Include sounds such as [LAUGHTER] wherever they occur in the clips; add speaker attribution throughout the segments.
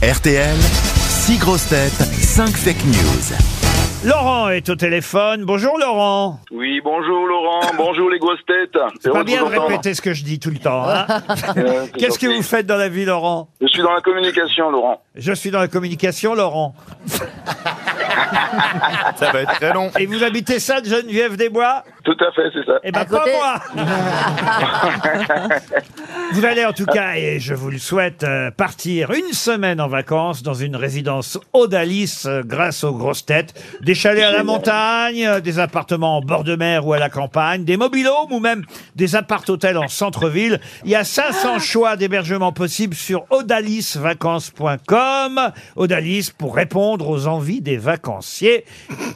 Speaker 1: RTL, 6 grosses têtes, 5 fake news.
Speaker 2: Laurent est au téléphone. Bonjour Laurent.
Speaker 3: Oui,
Speaker 2: [LAUGHS]
Speaker 3: bonjour Laurent, bonjour les grosses têtes.
Speaker 2: C'est pas bien de répéter ce que je dis tout le temps. hein. Qu'est-ce que vous faites dans la vie, Laurent
Speaker 3: Je suis dans la communication, Laurent.
Speaker 2: Je suis dans la communication, Laurent.
Speaker 1: [LAUGHS] Ça va être très long.
Speaker 2: Et vous habitez ça de Geneviève des Bois
Speaker 3: Tout à fait, c'est ça.
Speaker 2: Eh ben
Speaker 4: À
Speaker 2: pas
Speaker 4: côté.
Speaker 2: moi
Speaker 4: [LAUGHS]
Speaker 2: Vous allez en tout cas, et je vous le souhaite, euh, partir une semaine en vacances dans une résidence Odalis euh, grâce aux grosses têtes. Des chalets à la montagne, euh, des appartements en bord de mer ou à la campagne, des mobilhomes ou même des appart-hôtels en centre-ville. Il y a 500 choix d'hébergement possibles sur odalisvacances.com. Odalis pour répondre aux envies des vacanciers.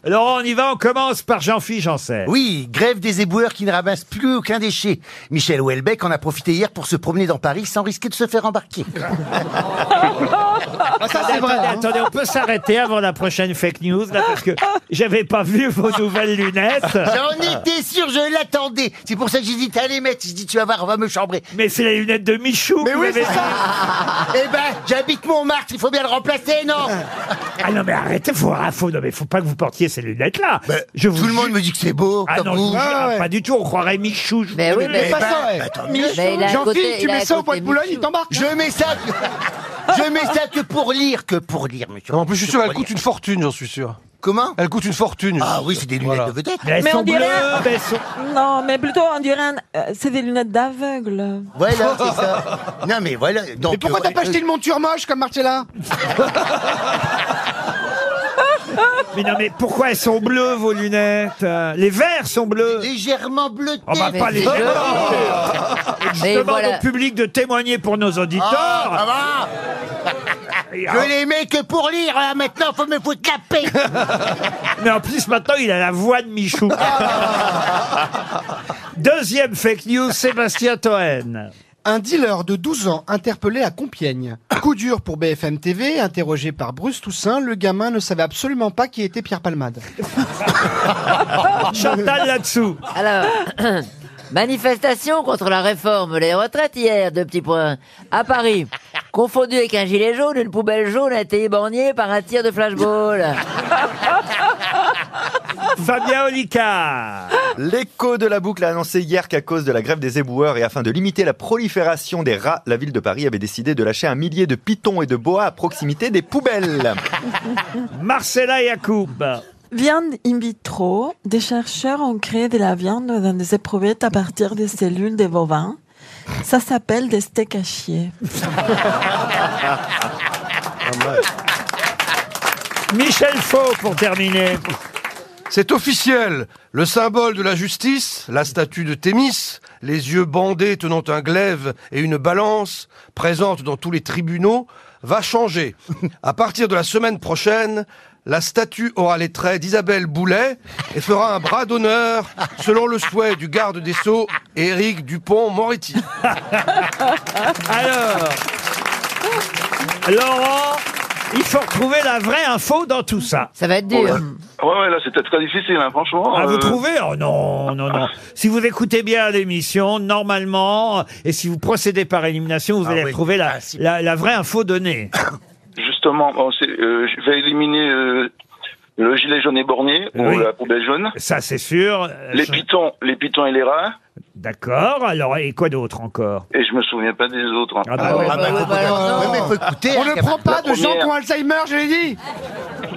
Speaker 2: Laurent, on y va, on commence par Jean-Philippe Janssen.
Speaker 5: Oui, grève des éboueurs qui ne ramassent plus aucun déchet. Michel Houellebecq en a profité hier pour se promener dans Paris sans risquer de se faire embarquer.
Speaker 2: Attendez,
Speaker 4: hein.
Speaker 2: attendez, on peut s'arrêter avant la prochaine fake news, là, parce que j'avais pas vu vos nouvelles lunettes.
Speaker 5: [LAUGHS] J'en étais sûr, je l'attendais. C'est pour ça que j'hésite à les mettre. Je dis, tu vas voir, on va me chambrer.
Speaker 2: Mais c'est les lunettes de Michou. que vous avez vues.
Speaker 5: Eh ben, j'habite Montmartre, il faut bien le remplacer, non
Speaker 2: Ah non, mais arrêtez, faut, ah, faut, non, mais faut pas que vous portiez ces lunettes-là. Je vous
Speaker 5: Tout le
Speaker 2: jure-
Speaker 5: monde me dit que c'est beau.
Speaker 2: Ah
Speaker 5: comme
Speaker 2: non, je vous
Speaker 5: vous.
Speaker 2: jure, pas du tout, on croirait Michou. je-
Speaker 4: Mais oui, mais,
Speaker 5: Eh ben,
Speaker 4: mais il a un côté- il a un côté Michou.
Speaker 5: Je mets ça. [LAUGHS] Je mets ça que pour lire, que pour lire, monsieur.
Speaker 6: En plus, je suis sûr,
Speaker 5: Que
Speaker 6: elle
Speaker 5: pour
Speaker 6: coûte
Speaker 5: lire.
Speaker 6: une fortune, j'en suis sûr.
Speaker 5: Comment
Speaker 6: Elle coûte une fortune. je
Speaker 5: Ah
Speaker 6: suis
Speaker 5: oui,
Speaker 6: sûr.
Speaker 5: c'est des lunettes
Speaker 6: Voilà.
Speaker 5: de vedette.
Speaker 2: Mais elles
Speaker 7: Mais on
Speaker 2: sont bleues,
Speaker 7: dirait-
Speaker 2: mais elles sont-
Speaker 7: Non, mais plutôt on dirait un- euh, c'est des lunettes d'aveugle.
Speaker 5: Voilà, c'est [LAUGHS] ça. Non, mais voilà. Donc,
Speaker 8: Mais pourquoi
Speaker 5: euh,
Speaker 8: t'as pas
Speaker 5: euh,
Speaker 8: acheté une monture moche comme Marcella
Speaker 2: Mais non, mais pourquoi elles sont bleues, vos lunettes euh, Les verts sont bleus.
Speaker 5: euh, légèrement bleuté.
Speaker 2: On va
Speaker 5: mais-
Speaker 2: pas les
Speaker 4: c'est bleu.
Speaker 2: Je
Speaker 4: Mais
Speaker 2: demande
Speaker 4: voilà.
Speaker 2: au public de témoigner pour nos auditeurs.
Speaker 5: Ah, ça va
Speaker 2: Et, ah,
Speaker 5: [LAUGHS] Je les mets que pour lire, là, maintenant, faut me foutre la paix
Speaker 2: Mais en plus, maintenant, il a la voix de Michou. [LAUGHS] Deuxième fake news, Sébastien Toen.
Speaker 8: Un dealer de 12 ans interpellé à Compiègne. Coup dur pour BFM TV, interrogé par Bruce Toussaint, le gamin ne savait absolument pas qui était Pierre Palmade.
Speaker 2: Chantal là-dessous.
Speaker 4: Alors, [COUGHS] manifestation contre la réforme des retraites hier, deux petits points. À Paris, confondu avec un gilet jaune, une poubelle jaune a été éborgnée par un tir de flashball.
Speaker 2: Fabien Olicard.
Speaker 9: [LAUGHS] L'écho de la boucle a annoncé hier qu'à cause de la grève des éboueurs et afin de limiter la prolifération des rats, la ville de Paris avait décidé de lâcher un millier de pitons et de boas à proximité des poubelles.
Speaker 2: Marcella Yacoub.
Speaker 7: Viande in vitro, des chercheurs ont créé de la viande dans des éprouvettes à partir des cellules des bovins. Ça s'appelle des steaks à chier.
Speaker 2: Michel Faux pour terminer.
Speaker 6: C'est officiel. Le symbole de la justice, la statue de Thémis, les yeux bandés tenant un glaive et une balance, présente dans tous les tribunaux, va changer. À partir de la semaine prochaine, la statue aura les traits d'Isabelle Boulet et fera un bras d'honneur selon le souhait du garde des Sceaux, Éric Dupont-Moretti.
Speaker 2: Alors, Laurent, il faut retrouver la vraie info dans tout ça.
Speaker 4: Ça va être
Speaker 3: Ouais,
Speaker 4: dur.
Speaker 3: ouais, ouais, là c'était très difficile, hein, franchement.
Speaker 2: Ah, vous
Speaker 3: euh,
Speaker 2: trouvez Oh non, non, non. Si vous écoutez bien l'émission, normalement, et si vous procédez par élimination, vous
Speaker 5: Ah
Speaker 2: allez
Speaker 5: oui.
Speaker 2: retrouver la,
Speaker 5: Ah, si.
Speaker 2: la, la vraie info donnée.
Speaker 3: Justement, bon, c'est, euh, je vais éliminer euh, le gilet jaune éborgné,
Speaker 2: Oui.
Speaker 3: ou la poubelle jaune,
Speaker 2: Ça, c'est sûr. Euh,
Speaker 3: les
Speaker 2: Je-
Speaker 3: pitons, les pitons et les rats,
Speaker 2: D'accord. Alors, et quoi d'autre encore
Speaker 3: et je me souviens pas des autres. hein.
Speaker 2: Ah bah ouais.
Speaker 5: Ah, bah,
Speaker 4: ouais,
Speaker 5: faut-
Speaker 4: bah, alors,
Speaker 5: Ouais,
Speaker 4: non.
Speaker 5: mais faut écouter.
Speaker 8: On
Speaker 5: hein,
Speaker 8: ne
Speaker 5: camarade.
Speaker 8: prend pas
Speaker 3: la
Speaker 8: de gens
Speaker 3: première.
Speaker 8: qui ont Alzheimer, je l'ai dit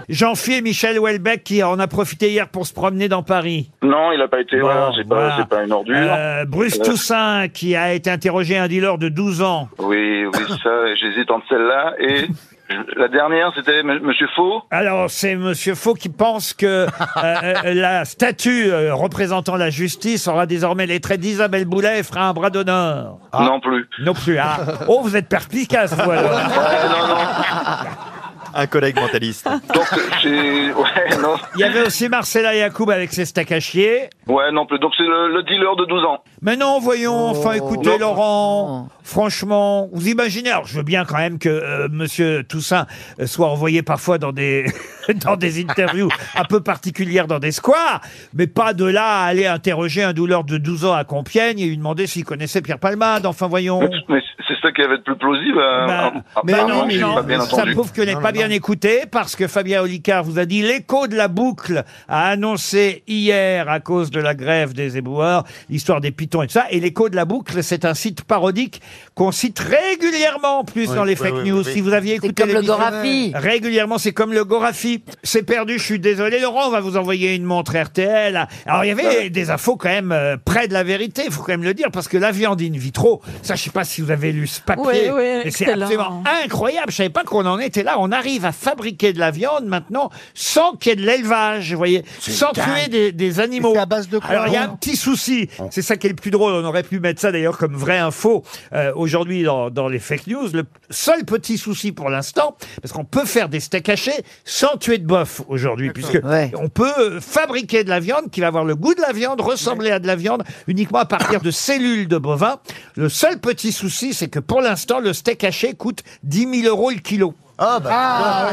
Speaker 2: Jean-Philippe et Michel Houellebecq qui en a profité hier pour se promener dans Paris.
Speaker 3: Non, il a pas été,
Speaker 2: Bon,
Speaker 3: voilà, c'est
Speaker 2: voilà.
Speaker 3: pas, c'est pas une ordure.
Speaker 2: Euh, Bruce
Speaker 3: Euh.
Speaker 2: Toussaint qui a été interrogé un dealer de 12 ans.
Speaker 3: Oui, oui, ça, j'hésite entre celle-là
Speaker 2: [LAUGHS]
Speaker 3: et je- la dernière, c'était M- Monsieur Faux.
Speaker 2: Alors c'est Monsieur Faux qui pense que euh, euh, la statue euh, représentant la justice aura désormais les traits d'Isabelle Boulet et fera un bras d'honneur.
Speaker 3: Non plus.
Speaker 2: Non plus. Ah. Oh, vous êtes perspicace, vous alors.
Speaker 3: Ouais, non, non.
Speaker 9: Un collègue mentaliste.
Speaker 3: Donc, c'est. [LAUGHS] Ouais, non.
Speaker 2: Il y avait aussi Marcella Yacoub avec ses steaks à chier.
Speaker 3: Ouais, non plus. Donc, c'est le, le dealer de 12 ans.
Speaker 2: Mais non, voyons, enfin écoutez
Speaker 3: Oh. Non.
Speaker 2: Laurent, franchement, vous imaginez, alors je veux bien quand même que euh, Monsieur Toussaint euh, soit envoyé parfois dans des, [LAUGHS] dans des
Speaker 3: [LAUGHS]
Speaker 2: interviews un peu particulières dans des squares, mais pas de là à aller interroger un douleur de 12 ans à Compiègne et lui demander s'il connaissait Pierre Palmade, enfin voyons.
Speaker 3: Mais c'est ça qui avait de plus plausible. hein.
Speaker 2: Bah,
Speaker 3: Ah, ah,
Speaker 2: mais
Speaker 3: pardon,
Speaker 2: non, mais
Speaker 3: j'ai
Speaker 2: non,
Speaker 3: pas bien
Speaker 2: ça
Speaker 3: entendu.
Speaker 2: prouve que n'est pas bien écouté parce que Fabien Olicard vous a dit l'écho de la boucle a annoncé hier à cause de la grève des éboueurs l'histoire des pitons et tout ça. Et l'écho de la boucle, c'est un site parodique qu'on cite régulièrement en plus dans les fake news. Si vous aviez
Speaker 4: C'est
Speaker 2: écouté
Speaker 4: comme le
Speaker 2: l'émission-
Speaker 4: Gorafi.
Speaker 2: Régulièrement, c'est comme le Gorafi. C'est perdu, je suis désolé. Laurent, on va vous envoyer une montre RTL. Alors, il y avait des infos quand même euh, près de la vérité, il faut quand même le dire, parce que la viande in vitro, ça, je sais pas si vous avez lu ce papier,
Speaker 7: Oui, oui,
Speaker 2: mais c'est
Speaker 7: excellent.
Speaker 2: absolument incroyable. Je savais pas qu'on en était là. On arrive à fabriquer de la viande maintenant sans qu'il y ait de l'élevage, vous voyez, sans tuer des, des animaux.
Speaker 8: C'est à base de quoi
Speaker 2: Alors, il y a un petit souci. C'est ça qui est le plus drôle. On aurait pu mettre ça d'ailleurs comme vraie info euh, aujourd'hui dans, dans les fake news. Le seul petit souci pour l'instant, parce qu'on peut faire des steaks hachés sans tuer de boeuf aujourd'hui, puisque
Speaker 4: Ouais.
Speaker 2: on peut euh, fabriquer de la viande qui va avoir le goût de la viande, ressembler à de la viande uniquement à partir de cellules de bovins. Le seul petit souci, c'est que pour l'instant, le steak haché coûte 10 000 euros le kilo.
Speaker 5: Ah, bah, ouais.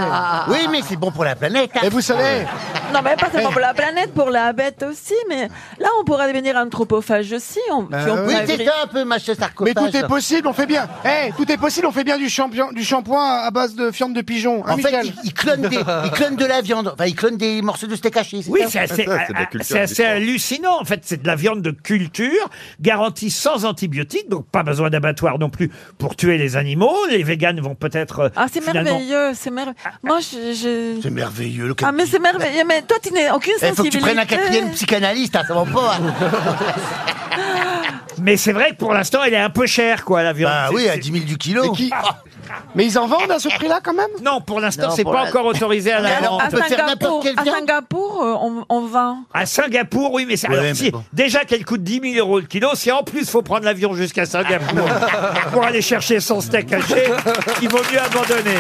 Speaker 5: Oui, mais c'est bon pour la planète. hein.
Speaker 8: Et Eh, vous savez,
Speaker 7: Non, mais pas seulement pour la planète, pour la bête aussi. Mais là, on pourra devenir anthropophage aussi. On, puis on
Speaker 5: Euh, Oui,
Speaker 7: pourrait
Speaker 5: c'est
Speaker 7: vivre-
Speaker 5: ça un peu, machin sarcophage.
Speaker 8: mais tout est possible, on fait bien. Eh, tout est possible, on fait bien du shampion- du shampoing à base de fientes de pigeon. Hein,
Speaker 5: En fait,
Speaker 8: Michael
Speaker 5: ils, ils clonent des, ils clonent de la viande. Enfin, ils clonent des morceaux de steak haché. c'est
Speaker 2: Oui,
Speaker 5: ça
Speaker 2: c'est assez,
Speaker 9: ça, c'est de la
Speaker 2: ah,
Speaker 9: culture
Speaker 2: c'est assez
Speaker 9: industrielle.
Speaker 2: hallucinant. En fait, c'est de la viande de culture, garantie sans antibiotiques, donc pas besoin d'abattoir non plus pour tuer les animaux. Les véganes vont peut-être. euh,
Speaker 7: Ah, c'est
Speaker 2: finalement-
Speaker 7: merveilleux, c'est merveilleux. Moi, je. je-
Speaker 5: C'est merveilleux. Le
Speaker 7: Ah, mais c'est merveilleux. Mais toi, tu n'es aucune
Speaker 5: Il
Speaker 7: sensibilité.
Speaker 5: Eh, faut que tu prennes un quatrième psychanalyste, hein, ça va pas. hein.
Speaker 2: Mais c'est vrai que pour l'instant, elle est un peu chère, quoi, la viande.
Speaker 5: Bah
Speaker 2: C'est-
Speaker 5: oui, à
Speaker 2: c'est-
Speaker 5: 10 000 du kilo.
Speaker 8: Et
Speaker 4: [LAUGHS]
Speaker 8: qui- Mais ils en vendent à ce prix-là quand même
Speaker 2: Non, pour l'instant,
Speaker 4: Non,
Speaker 2: c'est
Speaker 4: pour
Speaker 2: pas
Speaker 4: la-
Speaker 2: encore autorisé à
Speaker 7: [LAUGHS]
Speaker 2: la
Speaker 5: Mais alors,
Speaker 2: vente.
Speaker 7: À
Speaker 5: On peut faire n'importe
Speaker 7: Singapour,
Speaker 5: quelle
Speaker 7: à
Speaker 5: viande.
Speaker 7: Singapour, euh, on, on vend.
Speaker 2: À Singapour, oui, mais, c'est-
Speaker 5: Ouais,
Speaker 2: alors,
Speaker 5: mais
Speaker 2: si-
Speaker 5: bon.
Speaker 2: déjà qu'elle coûte 10 000 euros le kilo, si en plus faut prendre l'avion jusqu'à Singapour pour aller chercher son steak haché, il vaut mieux abandonner.